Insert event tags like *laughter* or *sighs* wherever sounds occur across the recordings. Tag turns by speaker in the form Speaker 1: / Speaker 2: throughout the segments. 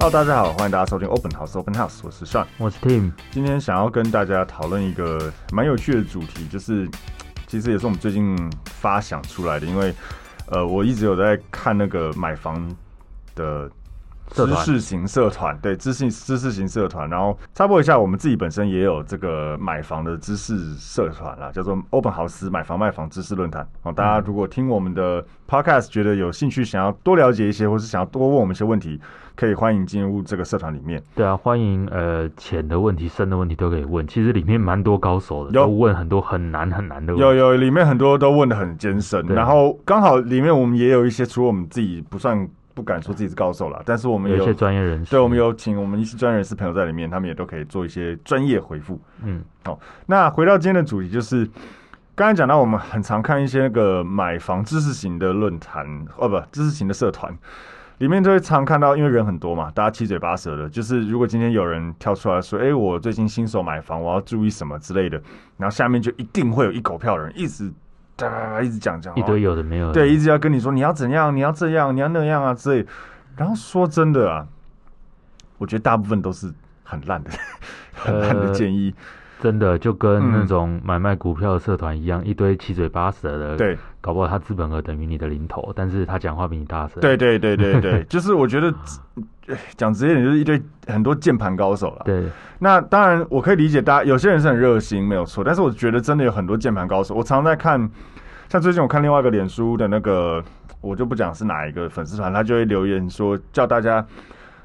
Speaker 1: Hello，大家好，欢迎大家收听 Open House Open House，我是 Sean。
Speaker 2: 我是 Tim，
Speaker 1: 今天想要跟大家讨论一个蛮有趣的主题，就是其实也是我们最近发想出来的，因为呃，我一直有在看那个买房的
Speaker 2: 社
Speaker 1: 知
Speaker 2: 团
Speaker 1: 识型社团，对知识知识型社团。然后插播一下，我们自己本身也有这个买房的知识社团啦，叫做欧本豪斯买房卖房知识论坛。哦，大家如果听我们的 podcast 觉得有兴趣，想要多了解一些，或是想要多问我们一些问题，可以欢迎进入这个社团里面。
Speaker 2: 对啊，欢迎呃浅的问题、深的问题都可以问，其实里面蛮多高手的，
Speaker 1: 有
Speaker 2: 都问很多很难很难的问
Speaker 1: 有
Speaker 2: 题。
Speaker 1: 有，里面很多都问的很艰深，
Speaker 2: 对
Speaker 1: 然后刚好里面我们也有一些，除了我们自己不算不敢说自己是高手啦，但是我们
Speaker 2: 有一
Speaker 1: 有
Speaker 2: 些专业人士，
Speaker 1: 对，我们有请我们一些专业人士朋友在里面，他们也都可以做一些专业回复。
Speaker 2: 嗯，
Speaker 1: 那回到今天的主题，就是刚才讲到我们很常看一些那个买房知识型的论坛，哦不，知识型的社团。里面就会常看到，因为人很多嘛，大家七嘴八舌的。就是如果今天有人跳出来说：“哎、我最近新手买房，我要注意什么之类的”，然后下面就一定会有一狗票人一直哒哒哒一直讲讲
Speaker 2: 一
Speaker 1: 然后
Speaker 2: 堆有的没有的。
Speaker 1: 哦对，一直要跟你说你要怎样，你要这样，你要那样啊之类。然后说真的啊，我觉得大部分都是很烂的、 *laughs* 很烂的
Speaker 2: 呃
Speaker 1: 建议。
Speaker 2: 真的就跟那
Speaker 1: 嗯
Speaker 2: 种买卖股票的社团一样，一堆七嘴八舌的。，
Speaker 1: 对，
Speaker 2: 搞不好他资本额等于你的零头，但是他讲话比你大声。
Speaker 1: 对，对，对，对，
Speaker 2: *laughs*
Speaker 1: 对，就是我觉得哎讲直接点，就是一堆很多键盘高手了。
Speaker 2: 对，
Speaker 1: 那当然，我可以理解大家有些人是很热心，没有错。但是我觉得真的有很多键盘高手。我常在看，像最近我看另外一个脸书的那个，我就不讲是哪一个粉丝团，他就会留言说叫大家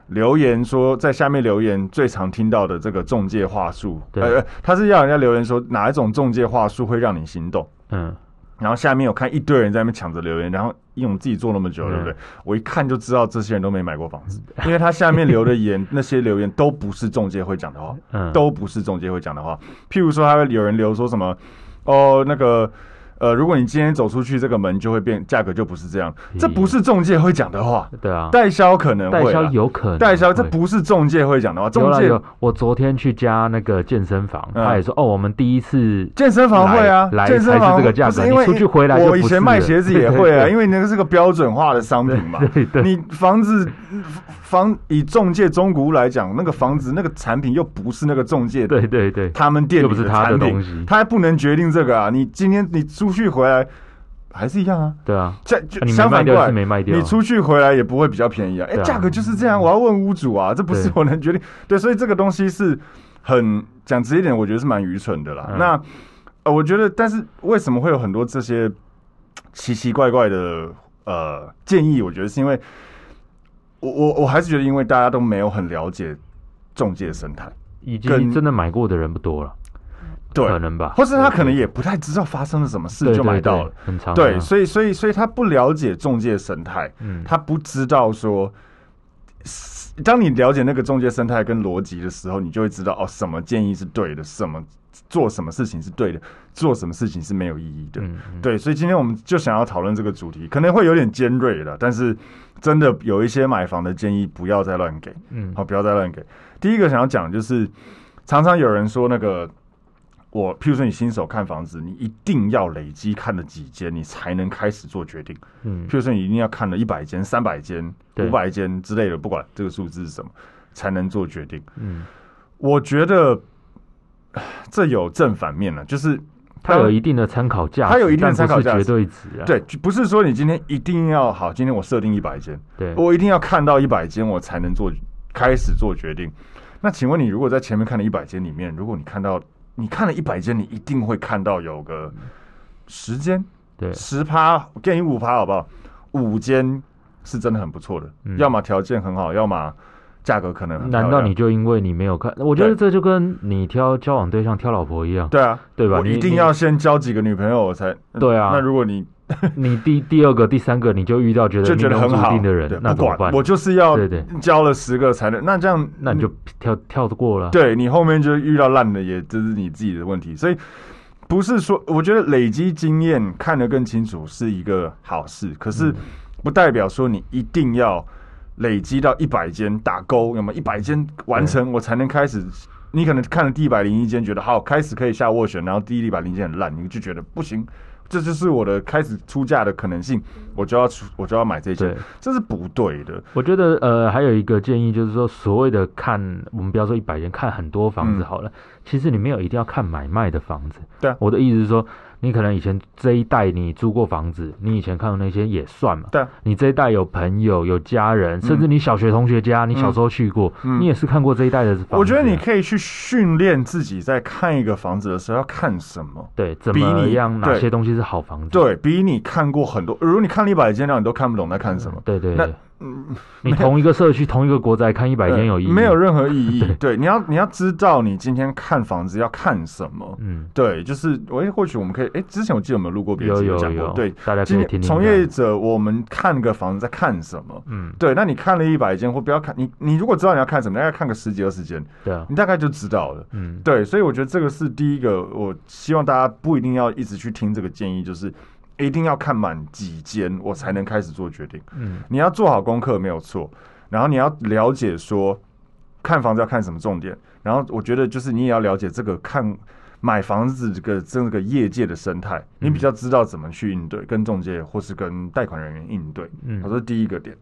Speaker 1: 留言说在下面留言最常听到的这个中介话术。
Speaker 2: 对
Speaker 1: 呃，他是要人家留言说哪一种中介话术会让你心动。
Speaker 2: 嗯，
Speaker 1: 然后下面有看一堆人在那边抢着留言，然后因为我们自己做那么久，
Speaker 2: 嗯
Speaker 1: 对不对？我一看就知道这些人都没买过房子，因为他下面留的言，那些留言都不是中介会讲的话，
Speaker 2: 嗯
Speaker 1: 都不是中介会讲的话。譬如说，他会有人留说什么，哦，那个。呃，如果你今天走出去这个门，就会变价格就不是这样，这不是中介会讲的话，
Speaker 2: 对啊，
Speaker 1: 代销可能
Speaker 2: 代
Speaker 1: 会
Speaker 2: 销
Speaker 1: 啊
Speaker 2: 有可能
Speaker 1: 代销，
Speaker 2: 会
Speaker 1: 这不是中介会讲的话，
Speaker 2: 有
Speaker 1: 中
Speaker 2: 啦
Speaker 1: 介
Speaker 2: 有。我昨天去加那个健身房，
Speaker 1: 嗯
Speaker 2: 他也说哦，我们第一次
Speaker 1: 健身房会啊，
Speaker 2: 来来
Speaker 1: 健身房
Speaker 2: 才是这个价格
Speaker 1: 不是因为
Speaker 2: 你出去回来就
Speaker 1: 我以
Speaker 2: 不是
Speaker 1: 前
Speaker 2: 了
Speaker 1: 卖鞋子也会啊，
Speaker 2: 对
Speaker 1: 因为那个是个标准化的商品嘛。
Speaker 2: 对对
Speaker 1: 你房子房以中介中古屋来讲，那个房子那个产品又不是那个中介
Speaker 2: 对对对，
Speaker 1: 他们店里
Speaker 2: 又不是他的
Speaker 1: 产
Speaker 2: 东
Speaker 1: 品
Speaker 2: 西，
Speaker 1: 他还不能决定这个啊。你今天你出去回来还是一样啊。
Speaker 2: 对啊，
Speaker 1: 这就
Speaker 2: 啊你没
Speaker 1: 相反
Speaker 2: 卖掉
Speaker 1: 过来，
Speaker 2: 是没卖掉
Speaker 1: 你出去回来也不会比较便宜啊。哎、
Speaker 2: 对啊
Speaker 1: 价格就是这样，我要问屋主啊，这不是
Speaker 2: 对
Speaker 1: 我能决定。对，所以这个东西是很讲直接点，我觉得是蛮愚蠢的啦。
Speaker 2: 嗯
Speaker 1: 那呃，我觉得，但是为什么会有很多这些奇奇怪怪的呃建议？我觉得是因为我我我还是觉得，因为大家都没有很了解中介生态，
Speaker 2: 已
Speaker 1: 跟
Speaker 2: 经真的买过的人不多了，
Speaker 1: 对，
Speaker 2: 可能吧，
Speaker 1: 或是他可能也不太知道发生了什么事
Speaker 2: 对
Speaker 1: 就
Speaker 2: 对
Speaker 1: 买到
Speaker 2: 对
Speaker 1: 了。
Speaker 2: 很长啊，
Speaker 1: 对，所以所以所以他不了解中介生态，
Speaker 2: 嗯，
Speaker 1: 他不知道说，是当你了解那个中介生态跟逻辑的时候，你就会知道哦，什么建议是对的，什么做什么事情是对的，做什么事情是没有意义的。
Speaker 2: 嗯嗯
Speaker 1: 对，所以今天我们就想要讨论这个主题，可能会有点尖锐了，但是真的有一些买房的建议不要再乱给，
Speaker 2: 嗯
Speaker 1: 好，不要再乱给。第一个想要讲的就是，常常有人说那个。我，譬如说你新手看房子，你一定要累积看了几间，你才能开始做决定。
Speaker 2: 嗯
Speaker 1: 譬如说你一定要看了一百间、三百间、
Speaker 2: 对
Speaker 1: 五百间之类的，不管这个数字是什么，才能做决定。
Speaker 2: 嗯，
Speaker 1: 我觉得唉这有正反面了，就是
Speaker 2: 它有一定的参考价值，
Speaker 1: 它有一定的
Speaker 2: 但不
Speaker 1: 参考
Speaker 2: 是
Speaker 1: 价值
Speaker 2: 绝对值啊，
Speaker 1: 对，就不是说你今天一定要好，今天我设定一百间，
Speaker 2: 对，
Speaker 1: 我一定要看到一百间，我才能做开始做决定。那请问你，如果在前面看了一百间里面，如果你看到你看了一百间，你一定会看到有个十间、
Speaker 2: 对
Speaker 1: 十趴，我给你五趴好不好？五间是真的很不错的，
Speaker 2: 嗯
Speaker 1: 要么条件很好，要么价格可能很漂
Speaker 2: 难
Speaker 1: 亮
Speaker 2: 道你就因为你没有看？我觉得
Speaker 1: 对
Speaker 2: 这就跟你挑交往对象挑老婆一样，
Speaker 1: 对啊，
Speaker 2: 对吧？
Speaker 1: 我
Speaker 2: 你
Speaker 1: 一定要先交几个女朋友我才
Speaker 2: 对啊
Speaker 1: 那如果你
Speaker 2: 你你第第二个、第三个，你就遇到觉得
Speaker 1: 就
Speaker 2: 命
Speaker 1: 觉得
Speaker 2: 中
Speaker 1: 很
Speaker 2: 注
Speaker 1: 好
Speaker 2: 定的人
Speaker 1: 对，
Speaker 2: 那
Speaker 1: 不
Speaker 2: 怎么办
Speaker 1: 管？我就是嗯要
Speaker 2: 对对
Speaker 1: 交了十个才能，那这样
Speaker 2: 那你就跳跳得过了。
Speaker 1: 对你后面就遇到烂的，也这是你自己的问题。所以不是说，我觉得累积经验看得更清楚是一个好事，可
Speaker 2: 嗯
Speaker 1: 是不代表说你一定要累积到一百间打勾，那么一百间完成我才能开始。你可能看了第一百零一间，觉得好，开始可以下斡旋，然后第一百零一间很烂，你就觉得不行，这就是我的开始出价的可能性，我就要出，我就要买这些
Speaker 2: 对，
Speaker 1: 这是不对的。
Speaker 2: 我觉得呃，还有一个建议就是说，所谓的看，我们不要说一百间，看很多房子
Speaker 1: 嗯
Speaker 2: 好了。其实你没有一定要看买卖的房子。
Speaker 1: 对啊
Speaker 2: 我的意思是说，你可能以前这一代你租过房子，你以前看的那些也算嘛。
Speaker 1: 对啊
Speaker 2: 你这一代有朋友、有家人，甚至你小学同学家，你小时候去过，
Speaker 1: 嗯
Speaker 2: 你也是看过这一代的房子啊。
Speaker 1: 我觉得你可以去训练自己，在看一个房子的时候要看什么。
Speaker 2: 对怎
Speaker 1: 比
Speaker 2: 么
Speaker 1: 你
Speaker 2: 样，哪
Speaker 1: 对
Speaker 2: 些东西是好房子？
Speaker 1: 对比你看过很多，如果你看了一百间料，你都看不懂在看什么。
Speaker 2: 对对
Speaker 1: 那
Speaker 2: 对，你同一个社区、同一个国宅看一百间有意义？
Speaker 1: 呃没有，任何
Speaker 2: *laughs*
Speaker 1: 意义。对，你要你要知道你今天看房子要看什么。
Speaker 2: 嗯，
Speaker 1: 对，就是喂，或许我们可以，哎，之前我记得我们录过别
Speaker 2: 有
Speaker 1: 集
Speaker 2: 有
Speaker 1: 讲过，
Speaker 2: 有，
Speaker 1: 对，
Speaker 2: 大家可
Speaker 1: 今
Speaker 2: 以
Speaker 1: 天
Speaker 2: 听听
Speaker 1: 从
Speaker 2: 看
Speaker 1: 业，者我们看个房子在看什么。
Speaker 2: 嗯，
Speaker 1: 对，那你看了一百间或不要看，你你如果知道你要看什么，大概看个十几二十间，
Speaker 2: 对啊，
Speaker 1: 你大概就知道了。
Speaker 2: 嗯，
Speaker 1: 对，所以我觉得这个是第一个，我希望大家不一定要一直去听这个建议，就是一定要看满几间，我才能开始做决定。
Speaker 2: 嗯，
Speaker 1: 你要做好功课没有错，然后你要了解说看房子要看什么重点，然后我觉得就是你也要了解这个看买房子这个这个业界的生态，你比较知道怎么去应对，跟中介或是跟贷款人员应对，
Speaker 2: 嗯
Speaker 1: 好这是第一个点。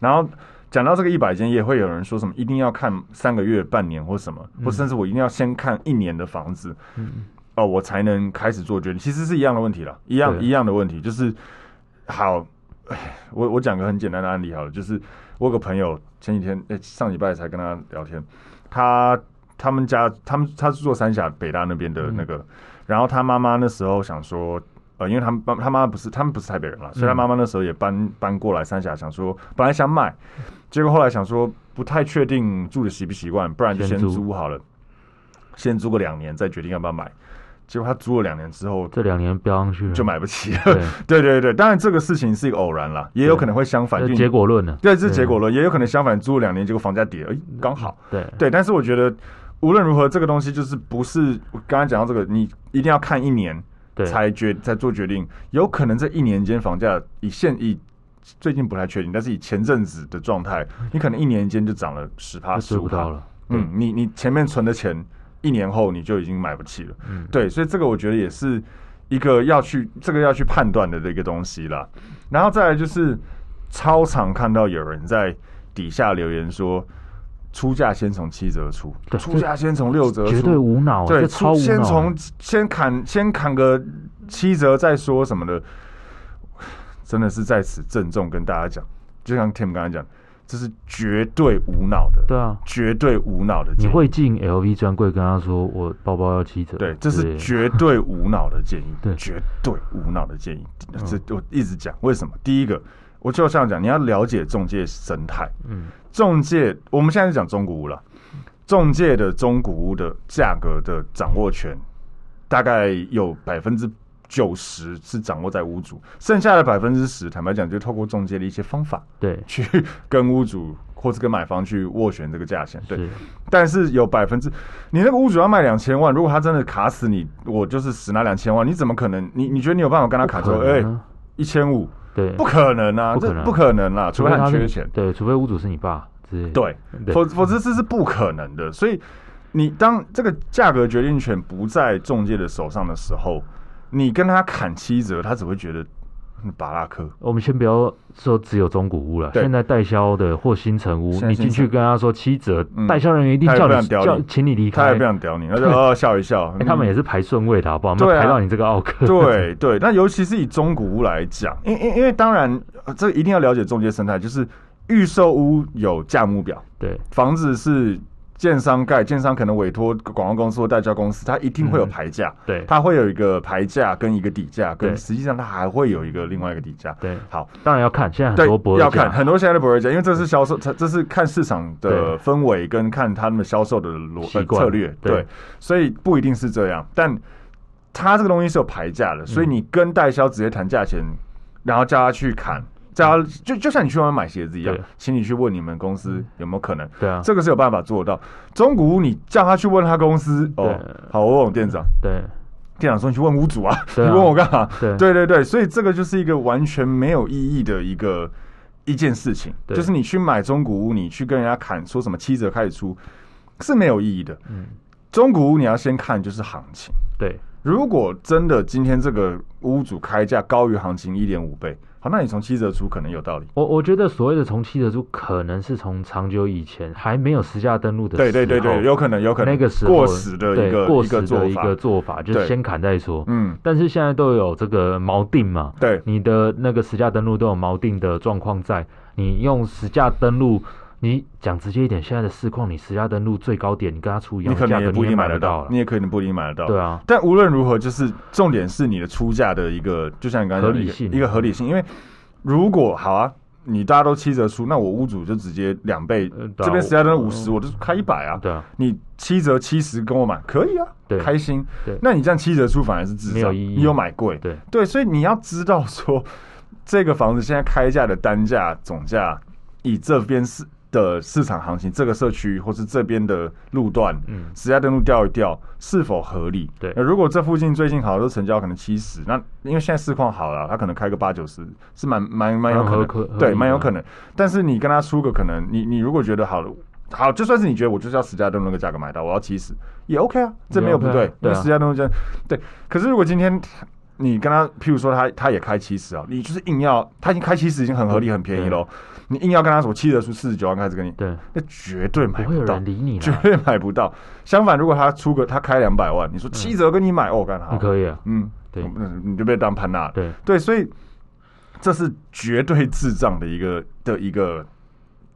Speaker 1: 然后讲到这个一百间，也会有人说什么一定要看三个月、半年或什么，
Speaker 2: 嗯
Speaker 1: 或甚至我一定要先看一年的房子，哦，我才能开始做决定。其实是一样的问题啦，一样
Speaker 2: 对
Speaker 1: 一样的问题，就是好，唉我我讲个很简单的案例好了，就是我有个朋友前几天，诶上礼拜才跟他聊天，他他们家他们他是做三峡北大那边的那个，然后他妈妈那时候想说。呃，因为他们爸他妈妈不是他们不是台北人啦，所以他妈妈那时候也搬搬过来三峡，想说本来想买，结果后来想说不太确定住的习不习惯，不然就先
Speaker 2: 先租
Speaker 1: 租好了，先租个两年再决定要不要买。结果他租了两年之后
Speaker 2: 这两年飙上去了，
Speaker 1: 就买不起了。 *laughs*
Speaker 2: 对，
Speaker 1: 对对对，当然这个事情是一个偶然啦，也有可能会相反
Speaker 2: 这
Speaker 1: 就你
Speaker 2: 结果论呢？
Speaker 1: 对，这是结果论，也有可能相反，租了两年结果房价跌了，哎，刚好。
Speaker 2: 对，
Speaker 1: 对，但是我觉得无论如何，这个东西就是不是我刚刚讲到这个，你一定要看一年
Speaker 2: 对，
Speaker 1: 才决才做决定，有可能这一年间房价以现以最近不太确定，但是以前阵子的状态，你可能一年间就涨了十趴
Speaker 2: 就
Speaker 1: 十
Speaker 2: 追
Speaker 1: 五
Speaker 2: 不
Speaker 1: 趴
Speaker 2: 到，了，
Speaker 1: 嗯，你你前面存的钱，一年后你就已经买不起了。
Speaker 2: 嗯，
Speaker 1: 对，所以这个我觉得也是一个要去这个要去判断的一个东西啦。然后再来就是超常看到有人在底下留言说，出价先从七折出，
Speaker 2: 对
Speaker 1: 出价先从六折出，
Speaker 2: 绝对无脑，啊
Speaker 1: 对，
Speaker 2: 这超
Speaker 1: 出
Speaker 2: 无
Speaker 1: 先
Speaker 2: 脑啊
Speaker 1: 从，先砍先砍个七折再说什么的，真的是在此郑重跟大家讲，就像 Tim 刚才讲，这是绝对无脑的，
Speaker 2: 对啊，
Speaker 1: 绝对无脑的建
Speaker 2: 你
Speaker 1: 议，
Speaker 2: 会进 LV 专柜跟他说我包包要七折，
Speaker 1: 对，这是
Speaker 2: 对
Speaker 1: 绝对无脑的建议，
Speaker 2: 对嗯
Speaker 1: 绝对无脑的建议。这我一直讲，为什么？第一个，我就这样讲，你要了解中介生态。
Speaker 2: 嗯，
Speaker 1: 中介，我们现在是讲中古屋了，中介的中古屋的价格的掌握权，大概有百分之。九十是掌握在屋主，剩下的百分之十，坦白讲，就透过中介的一些方法
Speaker 2: 对，
Speaker 1: 去跟屋主或是跟买方去斡旋这个价钱。对，
Speaker 2: 是，
Speaker 1: 但是有百分之，你那个屋主要卖两千万，如果他真的卡死你，我就是死拿两千万，你怎么可能？你你觉得你有办法跟他卡说，
Speaker 2: 不可
Speaker 1: 哎
Speaker 2: 能，啊
Speaker 1: 一千五，
Speaker 2: 对，
Speaker 1: 不可能啊，
Speaker 2: 不可
Speaker 1: 这
Speaker 2: 能
Speaker 1: 不可能啦，除非他很
Speaker 2: 是
Speaker 1: 缺钱，
Speaker 2: 对，除非屋主是你爸之类的，
Speaker 1: 对，否否则这是不可能的。所以你当这个价格决定权不在中介的手上的时候，你跟他砍七折，他只会觉得嗯巴拉科。
Speaker 2: 我们先不要说只有中古屋了，
Speaker 1: 对
Speaker 2: 现在代销的或新城屋
Speaker 1: 现，在
Speaker 2: 你进
Speaker 1: 新城
Speaker 2: 去跟他说七折，
Speaker 1: 嗯
Speaker 2: 代销人员一定
Speaker 1: 他也
Speaker 2: 叫
Speaker 1: 不
Speaker 2: 你
Speaker 1: 想屌
Speaker 2: 叫
Speaker 1: 你
Speaker 2: 请你离
Speaker 1: 他也
Speaker 2: 开
Speaker 1: 不。想屌你，他就哦笑一笑。
Speaker 2: 哎他们也是排顺位的好不好？没有
Speaker 1: 对啊
Speaker 2: 排到你这个奥 *laughs* 克。
Speaker 1: 对对，那尤其是以中古屋来讲，因因因为当然、呃这一定要了解中介生态，就是预售屋有价目表，
Speaker 2: 对
Speaker 1: 房子是建商盖，建商可能委托广告公司或代销公司，它一定
Speaker 2: 嗯
Speaker 1: 会有牌价，
Speaker 2: 对
Speaker 1: 它会有一个牌价跟一个底价，跟
Speaker 2: 对
Speaker 1: 实际上它还会有一个另外一个底价。
Speaker 2: 对，
Speaker 1: 好，
Speaker 2: 当然要看，现在很
Speaker 1: 对
Speaker 2: 多博，
Speaker 1: 要看很多现在的不会价，因为这是销售，这这是看市场的
Speaker 2: 对
Speaker 1: 氛围跟看他们销售的逻呃
Speaker 2: 习惯
Speaker 1: 策略，
Speaker 2: 对
Speaker 1: 对，所以不一定是这样，但它这个东西是有牌价
Speaker 2: 嗯
Speaker 1: 的，所以你跟代销直接谈价钱，然后叫他去砍，叫他就就像你去外面买鞋子一样
Speaker 2: 嗯对，
Speaker 1: 请你去问你们公司有没有可能。
Speaker 2: 对啊，
Speaker 1: 这个是有办法做到。中古屋你叫他去问他公司哦
Speaker 2: 对，
Speaker 1: 好，我问我店长，
Speaker 2: 对
Speaker 1: 店长说你去问屋主
Speaker 2: *laughs*
Speaker 1: 啊，你
Speaker 2: 对啊
Speaker 1: 问我干嘛？
Speaker 2: 对
Speaker 1: 对对对，所以这个就是一个完全没有意义的一个一件事情，
Speaker 2: 对
Speaker 1: 就是你去买中古屋，你去跟人家砍说什么七折开始出，是没有意义的。
Speaker 2: 嗯，
Speaker 1: 中古屋你要先看就是行情，
Speaker 2: 对
Speaker 1: 如果真的今天这个屋主开价高于行情一点五倍，好，那你从七折出可能有道理。
Speaker 2: 我我觉得所谓的从七折租，可能是从长久以前还没有实价登录的
Speaker 1: 对对对
Speaker 2: 时候
Speaker 1: 对，有可能有可能
Speaker 2: 那个时候
Speaker 1: 过时的一
Speaker 2: 对
Speaker 1: 个
Speaker 2: 过
Speaker 1: 一
Speaker 2: 时
Speaker 1: 个
Speaker 2: 的
Speaker 1: 做
Speaker 2: 一
Speaker 1: 法
Speaker 2: 个，做法，就
Speaker 1: 对
Speaker 2: 是先砍再说。
Speaker 1: 嗯，
Speaker 2: 但是现在都有这个锚定嘛，
Speaker 1: 对
Speaker 2: 你的那个实价登录都有锚定的状况在，你用实价登录，你讲直接一点，现在的市况，你实价登录最高点，你跟他出一
Speaker 1: 你
Speaker 2: 样
Speaker 1: 可
Speaker 2: 的
Speaker 1: 能
Speaker 2: 价
Speaker 1: 也
Speaker 2: 格，
Speaker 1: 不一定买
Speaker 2: 买
Speaker 1: 得
Speaker 2: 到
Speaker 1: 到，你也可能不一定买得到。
Speaker 2: 对啊，
Speaker 1: 但无论如何，就是重点是你的出价的一个，就像你刚才讲的一个
Speaker 2: 合理性
Speaker 1: 一个合理性。因为如果好啊，你大家都七折出，那我屋主就直接两倍
Speaker 2: 呃，对啊
Speaker 1: 这边实价登五十，
Speaker 2: 我
Speaker 1: 我就开一百啊。
Speaker 2: 对啊，
Speaker 1: 你七折七十跟我买，可以啊，
Speaker 2: 对
Speaker 1: 开心
Speaker 2: 对。
Speaker 1: 那你这样七折出反而是智
Speaker 2: 没
Speaker 1: 障，
Speaker 2: 有意义
Speaker 1: 你有买贵，
Speaker 2: 对啊
Speaker 1: 对，所以你要知道说，这个房子现在开价的单价、总价，以这边市的市场行情，这个社区或是这边的路段，
Speaker 2: 嗯
Speaker 1: 实价登录调一调是否合理？
Speaker 2: 对
Speaker 1: 那如果这附近最近好像都成交可能七十，那因为现在市况好了，他可能开个八九十是蛮蛮蛮有可能，
Speaker 2: 蛮合可合
Speaker 1: 对，
Speaker 2: 理
Speaker 1: 蛮有
Speaker 2: 的
Speaker 1: 可能。但是你跟他出个可能，你你如果觉得好了。好，就算是你觉得我就是要实价登录那个价格买到，我要七十也 OK 啊，这没有不
Speaker 2: 也 OK 啊
Speaker 1: 对，因
Speaker 2: 对
Speaker 1: 为
Speaker 2: 啊
Speaker 1: 实价登录价对。可是如果今天你跟他，譬如说他他也开七十啊，你就是硬要他已经开七十已经很合理很便宜喽，你硬要跟他说七折出四十九万开始给你，
Speaker 2: 对，
Speaker 1: 那绝对买
Speaker 2: 不会有
Speaker 1: 不到
Speaker 2: 人，理你啊
Speaker 1: 绝
Speaker 2: 的，
Speaker 1: 对买不到。相反，如果他出个他开两百万，你说七折跟你买，哦，干好
Speaker 2: 你，嗯可以啊，
Speaker 1: 嗯，
Speaker 2: 对
Speaker 1: 嗯，你就被当潘娜了。
Speaker 2: 对
Speaker 1: 对，所以这是绝对智障的一个的一个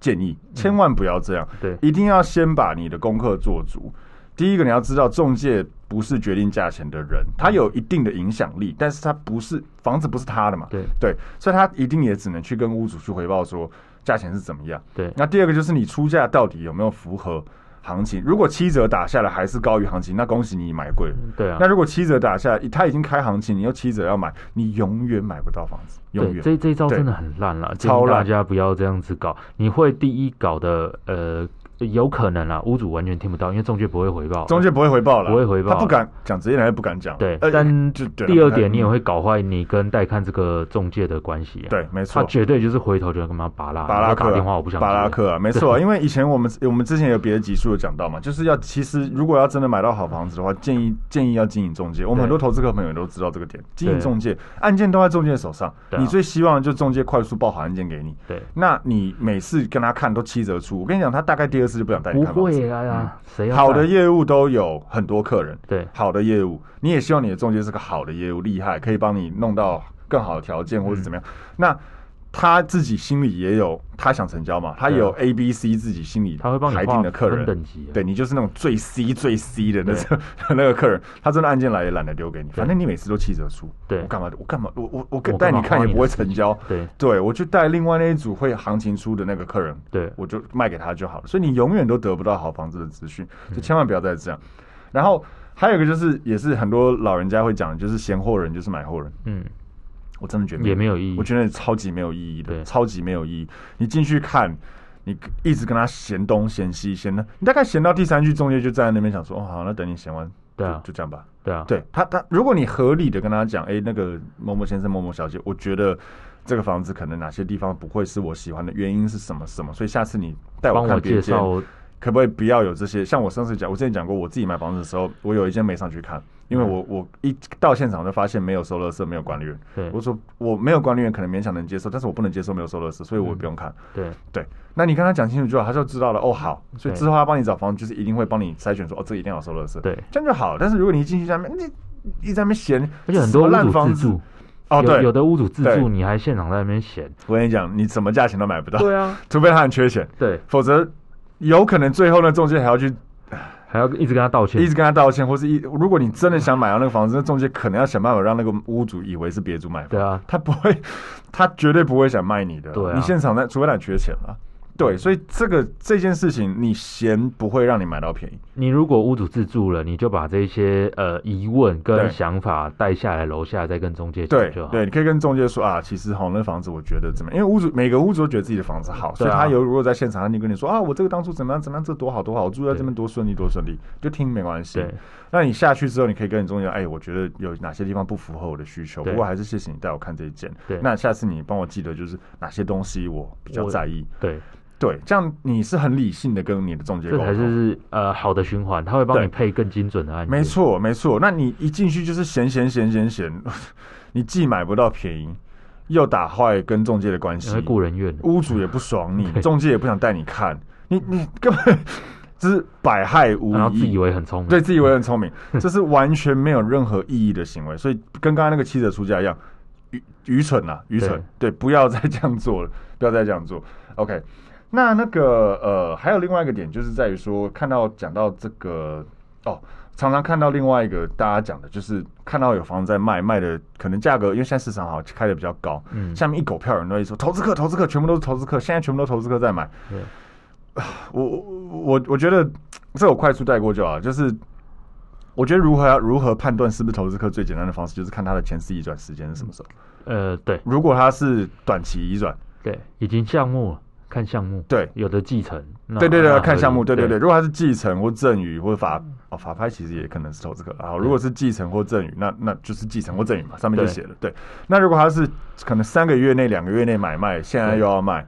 Speaker 1: 建议，千万不要这样。
Speaker 2: 对
Speaker 1: 一定要先把你的功课做足。第一个，你要知道，中介不是决定价钱的人，他有一定的影响力，但是他不是房子不是他的嘛，
Speaker 2: 对
Speaker 1: 对，所以他一定也只能去跟屋主去回报说价钱是怎么样。
Speaker 2: 对
Speaker 1: 那第二个就是你出价到底有没有符合行情？如果七折打下来还是高于行情，那恭喜你买贵了。
Speaker 2: 对啊
Speaker 1: 那。如果七折打下来，他已经开行情，你又七折要买，你永远买不到房子，永
Speaker 2: 对，
Speaker 1: 远。
Speaker 2: 这这一招
Speaker 1: 对
Speaker 2: 真的很烂了，建
Speaker 1: 超
Speaker 2: 议大
Speaker 1: 烂
Speaker 2: 家不要这样子搞。你会第一搞的，呃，有可能啊啦，屋主完全听不到，因为中介不会回报。
Speaker 1: 中介不会回报了，
Speaker 2: 不会回报
Speaker 1: 他不敢讲，职业人也不敢讲。
Speaker 2: 对，
Speaker 1: 呃
Speaker 2: 但
Speaker 1: 就对嗯
Speaker 2: 第
Speaker 1: 了
Speaker 2: 二
Speaker 1: 他
Speaker 2: 点，你也会搞坏你跟代看这个中介的关系、啊。，
Speaker 1: 对，没
Speaker 2: 他
Speaker 1: 错。
Speaker 2: 绝对就是回头就跟他拔拉，
Speaker 1: 巴拉
Speaker 2: 然后
Speaker 1: 克啊
Speaker 2: 打电话，我不想
Speaker 1: 巴拉
Speaker 2: 接。
Speaker 1: 克啊，没错啊，因为以前我们我们之前有别的集数有讲到嘛，就是要其实如果要真的买到好房子的话，建议建议要经营中介。我们
Speaker 2: 对
Speaker 1: 很多投资客朋友都知道这个点，经营
Speaker 2: 对
Speaker 1: 中介案件都在中介手上，
Speaker 2: 对啊
Speaker 1: 你最希望就中介快速报好案件给你。
Speaker 2: 对，
Speaker 1: 那你每次跟他看都七折出，我跟你讲，他大概第二次就不想带你
Speaker 2: 不
Speaker 1: 看房子。
Speaker 2: 会啊，谁
Speaker 1: 嗯
Speaker 2: 要
Speaker 1: 好
Speaker 2: 带
Speaker 1: 的业务都有很多客人，
Speaker 2: 对
Speaker 1: 好的业务，你也希望你的中介是个好的业务，厉害，可以帮你弄到更好的条件或者怎么样。
Speaker 2: 嗯
Speaker 1: 那他自己心里也有他想成交嘛，他也有 A、B、C 自己心里
Speaker 2: 啊他会帮你
Speaker 1: 排定的客
Speaker 2: 划分
Speaker 1: 人
Speaker 2: 等级啊，
Speaker 1: 对你就是那种最 C 最 C 的那种 *laughs* 那个客人，他真的案件来也懒得丢给你，反正你每次都七折出，
Speaker 2: 对
Speaker 1: 我干嘛我干嘛我我我
Speaker 2: 干嘛
Speaker 1: 带你看
Speaker 2: 花
Speaker 1: 也
Speaker 2: 你
Speaker 1: 不会
Speaker 2: 的时
Speaker 1: 成交，
Speaker 2: 对
Speaker 1: 对我去带另外那一组会行情出的那个客人，
Speaker 2: 对
Speaker 1: 我就卖给他就好了。所以你
Speaker 2: 嗯
Speaker 1: 永远都得不到好房子的资讯，就千万不要再这样。然后还有一个就是，也是很多老人家会讲的，就是嫌货人就是买货人。
Speaker 2: 嗯，
Speaker 1: 我真的觉得
Speaker 2: 也没有意义
Speaker 1: 我觉得超级没有意义的，
Speaker 2: 对
Speaker 1: 超级没有意义。你进去看，你一直跟他嫌东嫌西嫌那，你大概嫌到第三句，中介就站在那边想说，哦，好，那等你嫌完，
Speaker 2: 对啊
Speaker 1: 就就这样吧。
Speaker 2: 对啊，
Speaker 1: 对他，他如果你合理的跟他讲，哎、那个某某先生、某某小姐，我觉得这个房子可能哪些地方不会是我喜欢的，原因是什么什么，所以下次你带我
Speaker 2: 帮
Speaker 1: 看
Speaker 2: 我
Speaker 1: 别
Speaker 2: 介
Speaker 1: 间，
Speaker 2: 绍，
Speaker 1: 可不可以不要有这些？像我上次讲，我之前讲过，我自己买房子的时候，我有一间没上去看，因为
Speaker 2: 嗯
Speaker 1: 我我一到现场就发现没有收垃圾，没有管理员。
Speaker 2: 对
Speaker 1: 我说我没有管理员可能勉强能接受，但是我不能接受没有收垃圾，所以我不用看。
Speaker 2: 对
Speaker 1: 对，那你跟他讲清楚就好，他就知道了。哦，好，所以
Speaker 2: 对
Speaker 1: 之后他帮你找房，就是一定会帮你筛选说，哦，这个一定要收垃圾，
Speaker 2: 对
Speaker 1: 这样就好。但是如果你一进去下面，你一直在那边嫌，
Speaker 2: 而且很多
Speaker 1: 什么烂
Speaker 2: 屋主
Speaker 1: 房
Speaker 2: 自
Speaker 1: 子
Speaker 2: 助，
Speaker 1: 哦，
Speaker 2: 有
Speaker 1: 对，
Speaker 2: 有的屋主自
Speaker 1: 对
Speaker 2: 助，你还现场在那边嫌，
Speaker 1: 我跟你讲，你什么价钱都买不到，
Speaker 2: *laughs* 对啊，
Speaker 1: 除非他很缺钱，
Speaker 2: 对
Speaker 1: 否则有可能最后呢，中介还要去
Speaker 2: 还要一直跟他道歉
Speaker 1: 一，直跟他道歉，或是一如果你真的想买到那个房子，那中介可能要想办法让那个屋主以为是别主买房，
Speaker 2: 对啊，
Speaker 1: 他不会，他绝对不会想卖你的。
Speaker 2: 对啊
Speaker 1: 你现场在，除非他缺钱了。对，所以这个这件事情，你嫌不会让你买到便宜。
Speaker 2: 你如果屋主自住了，你就把这些呃疑问
Speaker 1: 对
Speaker 2: 跟想法带下来楼下，再跟中介
Speaker 1: 对
Speaker 2: 讲就好。
Speaker 1: 对，你可以跟中介说啊，其实好那房子我觉得怎么样，因为屋主每个屋主都觉得自己的房子好，所以
Speaker 2: 对啊
Speaker 1: 他有如果在现场，他就跟你说啊，我这个当初怎么样怎么样，这多好多好，我住在这边多顺利多顺利，就听没关系
Speaker 2: 对。
Speaker 1: 那你下去之后，你可以跟你中介，哎，我觉得有哪些地方不符合我的需求，
Speaker 2: 对
Speaker 1: 不过还是谢谢你带我看这一间。
Speaker 2: 对
Speaker 1: 那下次你帮我记得就是哪些东西我比较
Speaker 2: 我
Speaker 1: 在意。
Speaker 2: 对，
Speaker 1: 对，这样你是很理性的跟你的中介
Speaker 2: 这
Speaker 1: 沟
Speaker 2: 才
Speaker 1: 通。
Speaker 2: 是呃好的循环，他会帮
Speaker 1: 对
Speaker 2: 你配更精准的案件。
Speaker 1: 没，错，没错。那你一进去就是闲闲闲闲闲， *laughs* 你既买不到便宜，又打坏跟中介的关
Speaker 2: 因
Speaker 1: 系
Speaker 2: 为，雇人怨。
Speaker 1: 屋主也不爽你，
Speaker 2: 对
Speaker 1: 中介也不想带你看，你你根本 *laughs* 就是百害无
Speaker 2: 然后自
Speaker 1: 一
Speaker 2: 以。为很聪明，
Speaker 1: 对自以为很
Speaker 2: *laughs*
Speaker 1: 聪明，这是完全没有任何意义的行为，所以跟刚刚那个妻子的出价一样，愚愚蠢啊，愚蠢，对，不要再这样做了，不要再这样做。OK，那那个呃，还有另外一个点就是在于说，看到讲到这个哦，常常看到另外一个大家讲的就是看到有房子在卖，卖的可能价格因为现在市场好，开的比较高，
Speaker 2: 嗯
Speaker 1: 下面一狗票人都会说投资客，投资客，全部都是投资客，现在全部都投资客在买。
Speaker 2: 对
Speaker 1: *sighs* 我我我我觉得这我快速带过就好了，就是我觉得如何要如何判断是不是投资客最简单的方式，就是看他的前四移转时间是什么时候。
Speaker 2: 呃，对
Speaker 1: 如果他是短期移转，
Speaker 2: 对，已经项目了，看项目，
Speaker 1: 对
Speaker 2: 有的继承，那
Speaker 1: 对对对，
Speaker 2: 啊那
Speaker 1: 看
Speaker 2: 合
Speaker 1: 项目，
Speaker 2: 理
Speaker 1: 对对
Speaker 2: 对
Speaker 1: 对。，如果他是继承或赠与或法哦法拍，其实也可能是投资客啊。如果是继承或赠与，那那就是继承或赠与嘛，上面就
Speaker 2: 对
Speaker 1: 写了。对，那如果他是可能三个月内、两个月内买卖，现在又要卖，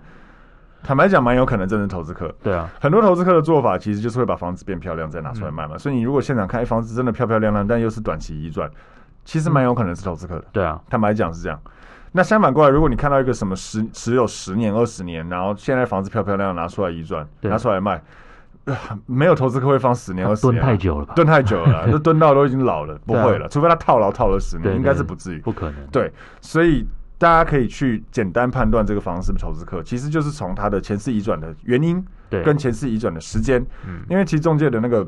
Speaker 1: 坦白讲，蛮有可能真的是投资客。
Speaker 2: 对啊，
Speaker 1: 很多投资客的做法其实就是会把房子变漂亮再拿
Speaker 2: 嗯
Speaker 1: 出来卖嘛。所以你如果现场看，哎，房子真的漂漂亮亮，但又是短期移转，其
Speaker 2: 嗯
Speaker 1: 实蛮有可能是投资客的。
Speaker 2: 对啊，
Speaker 1: 坦白讲是这样。那相反过来，如果你看到一个什么十持有十年、二十年，然后现在房子漂漂亮，亮拿出来移转，
Speaker 2: 对
Speaker 1: 拿出来卖，呃没有投资客会放十年、二十
Speaker 2: 蹲
Speaker 1: 年啊，
Speaker 2: 太久了吧？
Speaker 1: 蹲太久了啦，
Speaker 2: *laughs*
Speaker 1: 都蹲到都已经老了，不
Speaker 2: 对啊
Speaker 1: 会了，除非他套牢套了十年，
Speaker 2: 对对
Speaker 1: 应该是不至于。
Speaker 2: 不可能，
Speaker 1: 对，所以大家可以去简单判断这个房子是不是投资客，其实就是从它的前世移转的原因
Speaker 2: 对，嗯
Speaker 1: 跟前世移转的时间，因为其实中介的那个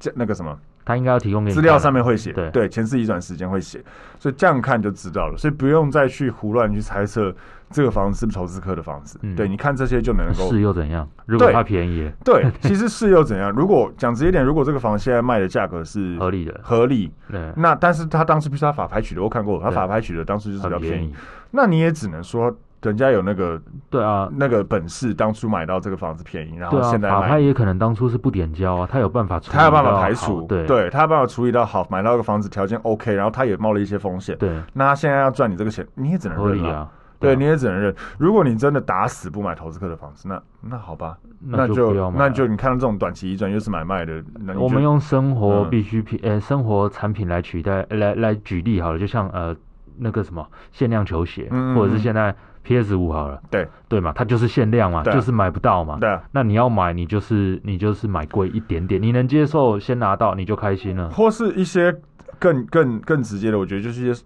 Speaker 1: 这那个什么
Speaker 2: 他应该要提供给你
Speaker 1: 资料
Speaker 2: 看
Speaker 1: 上面会写，
Speaker 2: 嗯对
Speaker 1: 对，前世移转时间会写，所以这样看就知道了，所以不用再去胡乱去猜测这个房子是不是投资客的房子，
Speaker 2: 嗯
Speaker 1: 对，你看这些就能够
Speaker 2: 是又怎样？如果
Speaker 1: 对
Speaker 2: 它便宜，
Speaker 1: 对，其实是又怎样？ *laughs* 如果讲直接点，如果这个房现在卖的价格是
Speaker 2: 合理的，
Speaker 1: 合理，
Speaker 2: 对，
Speaker 1: 那但是他当初必须他法拍取得，我看过，他
Speaker 2: 对
Speaker 1: 法拍取得当初就是比较
Speaker 2: 很
Speaker 1: 便
Speaker 2: 便
Speaker 1: 宜
Speaker 2: 宜，，
Speaker 1: 那你也只能说人家有那个
Speaker 2: 对啊。
Speaker 1: 那个本事，当初买到这个房子便宜，然
Speaker 2: 对
Speaker 1: 后
Speaker 2: 啊，
Speaker 1: 现在
Speaker 2: 法
Speaker 1: 买
Speaker 2: 拍也可能当初是不点交啊，他有办法处理
Speaker 1: 他有办
Speaker 2: 到
Speaker 1: 法排
Speaker 2: 好
Speaker 1: 除，
Speaker 2: 对
Speaker 1: 对他有办法处理到好，买到一个房子条件 OK，然后他也冒了一些风险，
Speaker 2: 对，
Speaker 1: 那他现在要赚你这个钱，你也只能
Speaker 2: 合
Speaker 1: 认
Speaker 2: 理
Speaker 1: 了、
Speaker 2: 啊，
Speaker 1: 对，
Speaker 2: 啊
Speaker 1: 你也只能认。如果你真的打死不买投资客的房子，那那好吧，那
Speaker 2: 那就不要买
Speaker 1: 那
Speaker 2: 了
Speaker 1: 就你看到这种短期移转又是买卖的，那你
Speaker 2: 我
Speaker 1: 就
Speaker 2: 们用生活
Speaker 1: 嗯
Speaker 2: 必需品，呃、生活产品来取代，呃来来举例好了，就像呃那个什么限量球鞋，
Speaker 1: 嗯嗯
Speaker 2: 或
Speaker 1: 嗯
Speaker 2: 者是现在 PS 五好了，
Speaker 1: 对
Speaker 2: 对嘛，它就是限量嘛，
Speaker 1: 对啊
Speaker 2: 就是买不到嘛。
Speaker 1: 对啊，
Speaker 2: 那你要买，你就是你就是买贵一点点，你能接受先拿到你就开心了。
Speaker 1: 或是一些更更更直接的，我觉得就是一些。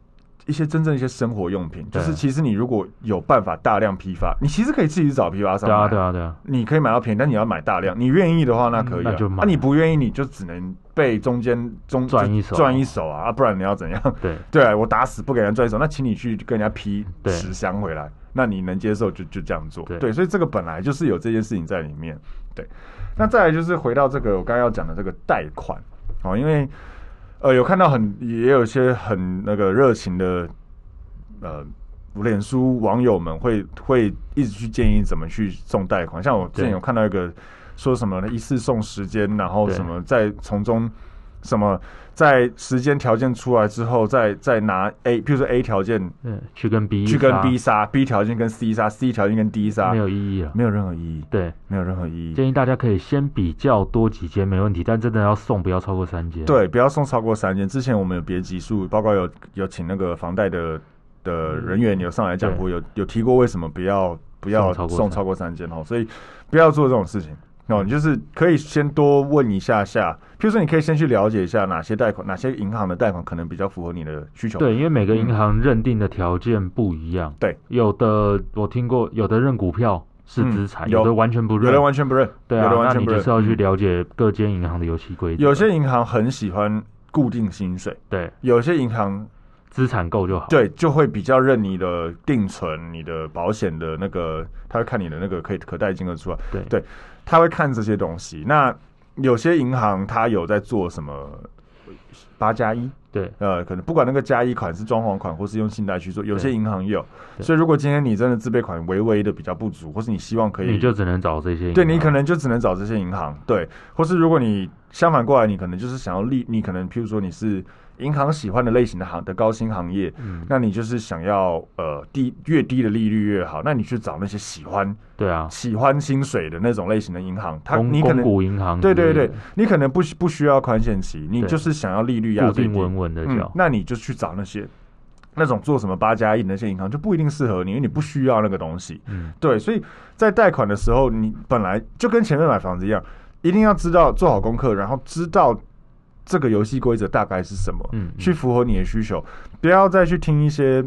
Speaker 1: 一些真正一些生活用品，就
Speaker 2: 对
Speaker 1: 是其实你如果有办法大量批发，你其实可以自己去找批发商
Speaker 2: 对
Speaker 1: 买
Speaker 2: 啊，对啊，对啊，
Speaker 1: 你可以买到便宜，但你要买大量。你愿意的话，那可以、啊；
Speaker 2: 嗯那就买
Speaker 1: 啊你不愿意，你就只能被中间中
Speaker 2: 赚一手
Speaker 1: 赚一手啊，啊不然你要怎样？
Speaker 2: 对
Speaker 1: 对啊，我打死不给人家赚一手，那请你去跟人家批
Speaker 2: 对
Speaker 1: 十箱回来，那你能接受就就这样做
Speaker 2: 对
Speaker 1: 对，所以这个本来就是有这件事情在里面。对，那再来就是回到这个我刚刚要讲的这个贷款哦，因为呃有看到很也有一些很那个热情的呃。脸书网友们会会一直去建议怎么去送贷款，像我之前
Speaker 2: 对
Speaker 1: 有看到一个说什么一次送时间，然后
Speaker 2: 对
Speaker 1: 什么再从中什么在时间条件出来之后，再再拿 A，譬如说 A 条件
Speaker 2: 嗯，去跟 B
Speaker 1: 去跟
Speaker 2: 杀
Speaker 1: B 杀，B 条件跟 C 杀，C 条件跟 D 杀，
Speaker 2: 没有意义了。
Speaker 1: 没有任何意义，
Speaker 2: 对，
Speaker 1: 没有任何意义。
Speaker 2: 建议大家可以先比较多几间没问题，但真的要送不要超过三间。
Speaker 1: 对，不要送超过三件。之前我们有别集数，包括有有请那个房贷的的人员有上来讲过，有有提过为什么不要不要
Speaker 2: 嗯送超过三嗯
Speaker 1: 送超过三件哦，所以不要做这种事情。哦，你就是可以先多问一下下，譬如说你可以先去了解一下哪些贷款、哪些银行的贷款可能比较符合你的需求。
Speaker 2: 对，因为每个银行认定的条件不一样。
Speaker 1: 对，
Speaker 2: 有的我听过，有的认股票，是资产，
Speaker 1: 嗯
Speaker 2: 有的
Speaker 1: 有
Speaker 2: 完全不认，
Speaker 1: 有人完全不认，
Speaker 2: 对
Speaker 1: 有
Speaker 2: 啊
Speaker 1: 人，完
Speaker 2: 那
Speaker 1: 全
Speaker 2: 你
Speaker 1: 不
Speaker 2: 就
Speaker 1: 认
Speaker 2: 是。要
Speaker 1: 嗯
Speaker 2: 去了解各间银行的游戏规则。
Speaker 1: 有些银行很喜欢固定薪水，
Speaker 2: 对
Speaker 1: 有些银行
Speaker 2: 资产够就好，
Speaker 1: 对就会比较认你的定存、你的保险的那个，他会看你的那个可以可贷金额出来，
Speaker 2: 对
Speaker 1: 对他会看这些东西。那有些银行它有在做什么八加一
Speaker 2: 对
Speaker 1: 呃，可能不管那个加一款是装潢款，或是用信贷去做，有些
Speaker 2: 对
Speaker 1: 银行也有。
Speaker 2: 对
Speaker 1: 所以如果今天你真的自备款微微的比较不足，或是你希望可以，
Speaker 2: 你就只能找这些银行。
Speaker 1: 对你可能就只能找这些银行，对，或是如果你相反过来，你可能就是想要利，你可能譬如说你是银行喜欢的类型的行的高薪行业，
Speaker 2: 嗯，
Speaker 1: 那你就是想要呃低越低的利率越好，那你去找那些喜欢
Speaker 2: 对啊，
Speaker 1: 喜欢薪水的那种类型的银行，它
Speaker 2: 公
Speaker 1: 你可
Speaker 2: 公
Speaker 1: 能
Speaker 2: 股银行之
Speaker 1: 对
Speaker 2: 类
Speaker 1: 对
Speaker 2: 的，
Speaker 1: 对，你可能不需不需要宽限期，你
Speaker 2: 对
Speaker 1: 就是想要利率压
Speaker 2: 固
Speaker 1: 最
Speaker 2: 定
Speaker 1: 低。
Speaker 2: 稳稳的
Speaker 1: 嗯
Speaker 2: 缴，。
Speaker 1: 那你就去找那些那种做什么八加一的那些银行，就不一定适合你，因为你不需要那个东西。
Speaker 2: 嗯，
Speaker 1: 对，所以在贷款的时候，你本来就跟前面买房子一样，一定要知道做好功课，然后知道这个游戏规则大概是什么，
Speaker 2: 嗯嗯
Speaker 1: 去符合你的需求，不要再去听一些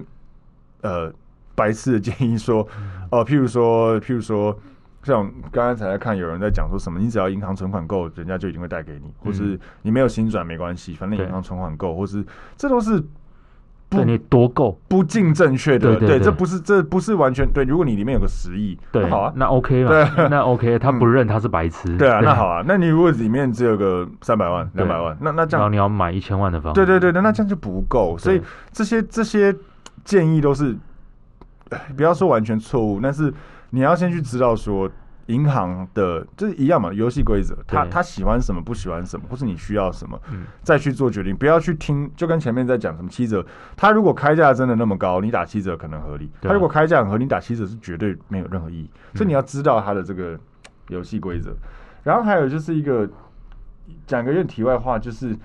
Speaker 1: 呃白痴的建议说，
Speaker 2: 嗯
Speaker 1: 哦、譬如说，譬如说。像刚刚才在看有人在讲说什么，你只要银行存款够，人家就一定会贷给你，或是你没有新转没关系，反正
Speaker 2: 嗯对
Speaker 1: 银行存款够，或是这都是不
Speaker 2: 对你多够，
Speaker 1: 不尽正确的，
Speaker 2: 对对对
Speaker 1: 这不是这不是完全对。如果你里面有个十亿，
Speaker 2: 对嗯
Speaker 1: 那好啊，，
Speaker 2: 那 OK 嘛，
Speaker 1: 对嗯
Speaker 2: 那 OK，
Speaker 1: *laughs*
Speaker 2: 他不认他是白痴，
Speaker 1: 对啊，那好，啊，那你如果里面只有个三百万、
Speaker 2: 对
Speaker 1: 两百万，那那这
Speaker 2: 然后
Speaker 1: 样，
Speaker 2: 你要买一千万的房，
Speaker 1: 对对对，那那这样就不够。所以这些这些建议都是，哎不要说完全错误，但是你要先去知道说。银行的就是一样嘛，游戏规则，他
Speaker 2: 对
Speaker 1: 他喜欢什么，不喜欢什么，或是你需要什么，
Speaker 2: 嗯
Speaker 1: 再去做决定，不要去听，就跟前面在讲什么七折，他如果开价真的那么高，你打七折可能合理；
Speaker 2: 对啊
Speaker 1: 他如果开价很合理，你打七折是绝对没有任何意义。所以你要知道他的这个游戏规则。然后还有就是一个讲个有点题外话，就是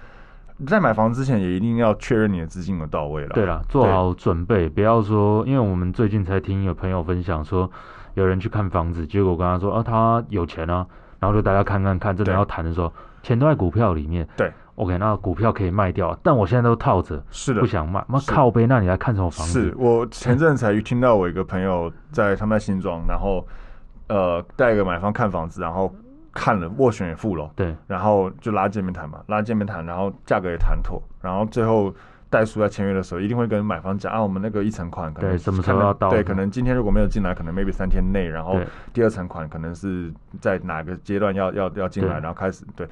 Speaker 1: 在买房之前也一定要确认你的资金有到位了。
Speaker 2: 对啦，啊做好准备，不要说，因为我们最近才听有朋友分享说，有人去看房子，结果我跟他说啊，他有钱啊，然后就大家看看看，真的
Speaker 1: 对
Speaker 2: 要谈的时候，钱都在股票里面。
Speaker 1: 对
Speaker 2: ，OK，那股票可以卖掉，啊但我现在都套着，
Speaker 1: 是的
Speaker 2: 不，想卖。妈
Speaker 1: 是
Speaker 2: 靠背，那你来看什么房子？
Speaker 1: 是我前阵才听到我一个朋友在他们在新庄，然后呃带一个买方看房子，然后看了斡旋也付了，
Speaker 2: 对，
Speaker 1: 然后就拉见面谈嘛，拉见面谈，然后价格也谈妥，然后最后代书在签约的时候，一定会跟买方讲啊，我们那个一层款可能
Speaker 2: 对什么时候
Speaker 1: 可能
Speaker 2: 要到
Speaker 1: 对，可能今天如果没有进来，可能 maybe 三天内，然后
Speaker 2: 对
Speaker 1: 第二层款可能是在哪个阶段要要要进来，
Speaker 2: 对
Speaker 1: 然后开始对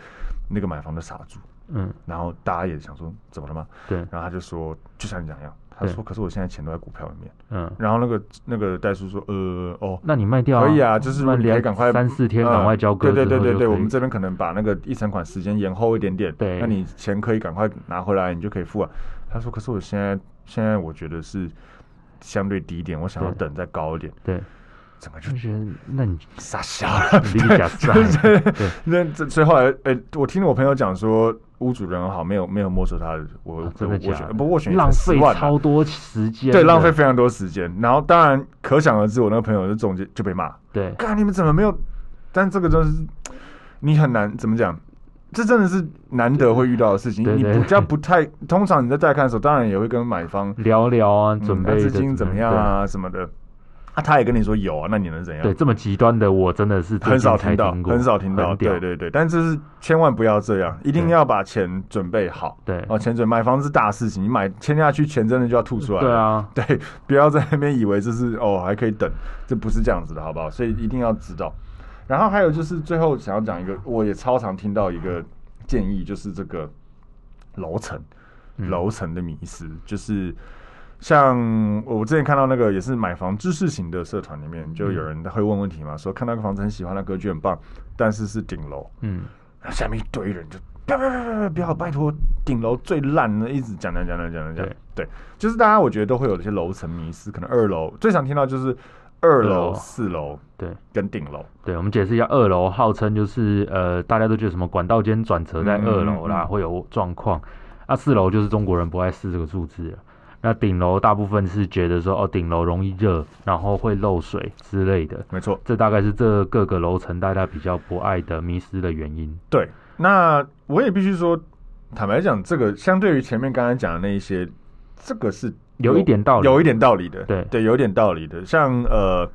Speaker 1: 那个买方就傻住，
Speaker 2: 嗯，
Speaker 1: 然后大家也想说怎么了吗？
Speaker 2: 对，
Speaker 1: 然后他就说就像你讲一样，他
Speaker 2: 对
Speaker 1: 说可是我现在钱都在股票里面，
Speaker 2: 嗯，
Speaker 1: 然后那个那个代书说呃哦。
Speaker 2: 那你卖掉、
Speaker 1: 可以啊，就是如果
Speaker 2: 那
Speaker 1: 你可以
Speaker 2: 两
Speaker 1: 赶快
Speaker 2: 三四天赶快交
Speaker 1: 嗯
Speaker 2: 割之后
Speaker 1: 对
Speaker 2: 就可以、
Speaker 1: 对对对对，我们这边可能把那个一层款时间延后一点点，
Speaker 2: 对
Speaker 1: 那你钱可以赶快拿回来，你就可以付啊。他说，可是我现在现在我觉得是相对低一点，我想要
Speaker 2: 对
Speaker 1: 等再高一点，
Speaker 2: 对，
Speaker 1: 整个就
Speaker 2: 就觉得
Speaker 1: *laughs*
Speaker 2: 那你
Speaker 1: 傻笑了。
Speaker 2: 理解对
Speaker 1: 那这所以后来，哎、我听我朋友讲说，屋主人很好，没有没有没收他的，我、
Speaker 2: 啊真的
Speaker 1: 我我
Speaker 2: 假的
Speaker 1: 选不过我选
Speaker 2: 浪
Speaker 1: 10
Speaker 2: 费
Speaker 1: 万啊、
Speaker 2: 超多时间的，
Speaker 1: 对，浪费非常多时间。然后当然可想而知，我那个朋友就中间就被骂，
Speaker 2: 对
Speaker 1: 干你们怎么没有？但这个就是你很难怎么讲，这真的是难得会遇到的事情。
Speaker 2: 对对
Speaker 1: 你比较不太，通常你在带看的时候，当然也会跟买方
Speaker 2: 聊聊啊，
Speaker 1: 嗯
Speaker 2: 准
Speaker 1: 啊
Speaker 2: 备
Speaker 1: 资
Speaker 2: 的
Speaker 1: 金怎么样啊什么的，啊他也跟你说有啊，那你能怎
Speaker 2: 对？
Speaker 1: 样？
Speaker 2: 对，这么极端的我真的是最
Speaker 1: 很少
Speaker 2: 近才
Speaker 1: 听到，
Speaker 2: 过
Speaker 1: 很少听到，
Speaker 2: 很屌
Speaker 1: 对对对，但就是千万不要这样，一定
Speaker 2: 对
Speaker 1: 要把钱准备好。
Speaker 2: 对
Speaker 1: 哦，钱准买房是大事情，你买签下去，钱真的就要吐出来了。
Speaker 2: 对啊，
Speaker 1: *laughs* 对，不要在那边以为这是哦还可以等，这不是这样子的，好不好？所以一定要知道。然后还有就是最后想要讲一个，我也超常听到一个建议，就是这个楼层
Speaker 2: 嗯
Speaker 1: 楼层的迷失，就是像我之前看到那个也是买房知识型的社团里面，就有人会问问题嘛，说看到个房子很喜欢，那格局很棒，但是是顶楼，
Speaker 2: 嗯，
Speaker 1: 然后下面一堆人就不要不要不要不要不要，拜托，顶楼最烂的，一直讲讲讲讲讲讲
Speaker 2: 对，
Speaker 1: 对，就是大家我觉得都会有一些楼层迷失，可能二楼最常听到就是二
Speaker 2: 二
Speaker 1: 楼、
Speaker 2: 楼
Speaker 1: 四楼
Speaker 2: 对
Speaker 1: 跟顶楼，
Speaker 2: 对，我们解释一下，二楼号称就是呃，大家都觉得什么管道间转折在二楼
Speaker 1: 嗯
Speaker 2: 啦，
Speaker 1: 嗯嗯
Speaker 2: 会有状况。那、四楼就是中国人不爱四这个数字了。那顶楼大部分是觉得说哦，顶楼容易热，然后会漏水之类的。
Speaker 1: 没错，
Speaker 2: 这大概是这各个楼层大家比较不爱的迷失的原因。
Speaker 1: 对。那我也必须说，坦白讲，这个相对于前面刚才讲的那一些，这个是
Speaker 2: 有一点道理
Speaker 1: 有一点道理的，
Speaker 2: 对
Speaker 1: 对，有一点道理的。像呃，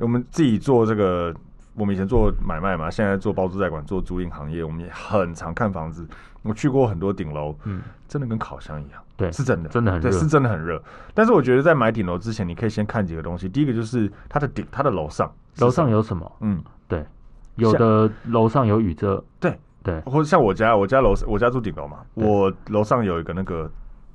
Speaker 1: 我们自己做这个，我们以前做买卖嘛，现在做包租代管、做租赁行业，我们也很常看房子。我去过很多顶楼，
Speaker 2: 嗯，
Speaker 1: 真的跟烤箱一样，
Speaker 2: 对
Speaker 1: 是真的，
Speaker 2: 真的很
Speaker 1: 对，
Speaker 2: 热
Speaker 1: 是真的很热。但是我觉得在买顶楼之前，你可以先看几个东西。第一个就是它的顶，它的楼上，
Speaker 2: 楼上，有什么？
Speaker 1: 嗯，
Speaker 2: 对，有的楼上有雨遮，
Speaker 1: 对，
Speaker 2: 对，
Speaker 1: 或者像我家，我家楼我家住顶楼嘛，
Speaker 2: 对
Speaker 1: 我楼上有一个那个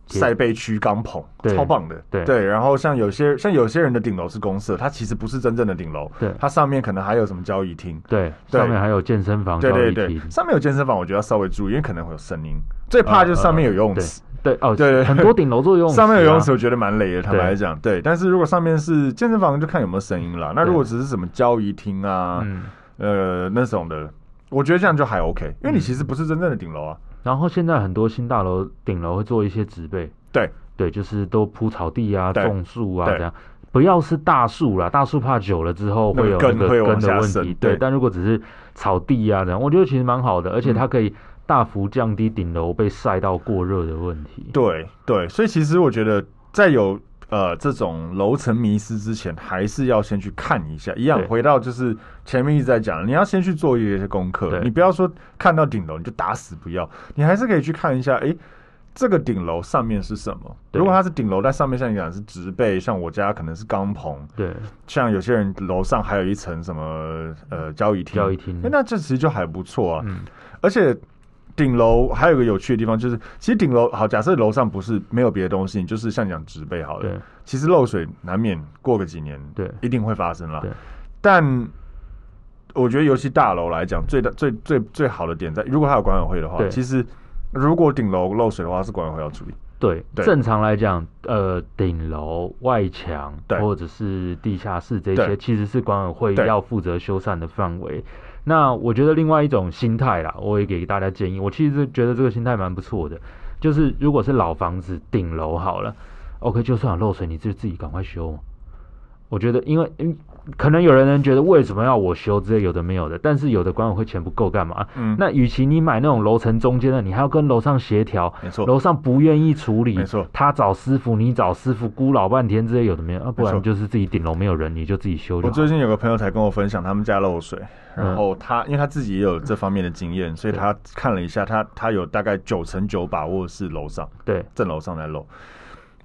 Speaker 1: 晒被区钢棚，
Speaker 2: 对
Speaker 1: 超棒的。
Speaker 2: 对
Speaker 1: 然后像有些像有些人的顶楼是公社，它其实不是真正的顶楼，
Speaker 2: 对
Speaker 1: 它上面可能还有什么交易厅。
Speaker 2: 对，
Speaker 1: 对
Speaker 2: 上面还有健身房、
Speaker 1: 对
Speaker 2: 交
Speaker 1: 对
Speaker 2: 易
Speaker 1: 对，
Speaker 2: 厅，
Speaker 1: 上面有健身房，我觉得要稍微注意，因为可能会有声音。最怕
Speaker 2: 啊
Speaker 1: 就是上面有游 *laughs* 泳池，
Speaker 2: 对哦，
Speaker 1: 对对
Speaker 2: 很多顶楼都有游泳池啊，
Speaker 1: 上面有游泳池，我觉得蛮累的。坦白
Speaker 2: 对
Speaker 1: 讲，对。但是如果上面是健身房，就看有没有声音啦。那如果只是什么交易厅啊，
Speaker 2: 嗯，
Speaker 1: 呃那种的，我觉得这样就还 OK，因为你
Speaker 2: 嗯
Speaker 1: 其实不是真正的顶楼啊。
Speaker 2: 然后现在很多新大楼顶楼会做一些植被，
Speaker 1: 对，
Speaker 2: 对，就是都铺草地啊、
Speaker 1: 对
Speaker 2: 种树啊
Speaker 1: 对
Speaker 2: 这样。不要是大树啦，大树怕久了之后会
Speaker 1: 那
Speaker 2: 有
Speaker 1: 个根
Speaker 2: 那
Speaker 1: 会
Speaker 2: 个
Speaker 1: 往
Speaker 2: 根
Speaker 1: 下
Speaker 2: 的问
Speaker 1: 渗
Speaker 2: 题，
Speaker 1: 对
Speaker 2: 对。但如果只是草地啊这样，我觉得其实蛮好的，而且
Speaker 1: 嗯
Speaker 2: 它可以大幅降低顶楼被晒到过热的问题。
Speaker 1: 对对，所以其实我觉得在有呃这种楼层迷失之前，还是要先去看一下。一样
Speaker 2: 对
Speaker 1: 回到就是前面一直在讲的，你要先去做一些功课，
Speaker 2: 对
Speaker 1: 你不要说看到顶楼你就打死不要，你还是可以去看一下，诶，这个顶楼上面是什么？
Speaker 2: 对
Speaker 1: 如果它是顶楼，但上面像你讲的是植被，像我家可能是钢棚，
Speaker 2: 对
Speaker 1: 像有些人楼上还有一层什么呃交易厅，
Speaker 2: 交易厅
Speaker 1: 诶那这其实就还不错啊。
Speaker 2: 嗯
Speaker 1: 而且顶楼还有一个有趣的地方，就是其实顶楼好，假设楼上不是没有别的东西，你就是像讲植被好了
Speaker 2: 对，
Speaker 1: 其实漏水难免过个几年，
Speaker 2: 对
Speaker 1: 一定会发生啦
Speaker 2: 对。
Speaker 1: 但我觉得，尤其大楼来讲，最大最最最好的点在，如果还有管委会的话，
Speaker 2: 对
Speaker 1: 其实如果顶楼漏水的话，是管委会要处理。
Speaker 2: 对，
Speaker 1: 对
Speaker 2: 正常来讲，呃，顶楼、外墙
Speaker 1: 对
Speaker 2: 或者是地下室这
Speaker 1: 对
Speaker 2: 些，其实是管委会
Speaker 1: 对
Speaker 2: 要负责修缮的范围。那我觉得另外一种心态啦，我也给大家建议。我其实觉得这个心态蛮不错的，就是如果是老房子顶楼好了，OK，就算有漏水，你就自己赶快修嘛。我觉得，因为嗯，可能有人能觉得为什么要我修之类有的没有的，但是有的管委会钱不够干嘛？
Speaker 1: 嗯
Speaker 2: 那与其你买那种楼层中间的，你还要跟楼上协调，
Speaker 1: 没错
Speaker 2: 楼上不愿意处理，
Speaker 1: 没错
Speaker 2: 他找师傅，你找师傅，估老半天之类有的没有，啊，不
Speaker 1: 没
Speaker 2: 然
Speaker 1: 错
Speaker 2: 就是自己顶楼没有人，你就自己修就
Speaker 1: 我
Speaker 2: 好
Speaker 1: 最近有个朋友才跟我分享他们家漏水，
Speaker 2: 嗯
Speaker 1: 然后他因为他自己也有这方面的经验，所以
Speaker 2: 对
Speaker 1: 他看了一下，他他有大概九成九把握是楼上
Speaker 2: 对
Speaker 1: 正楼上在漏，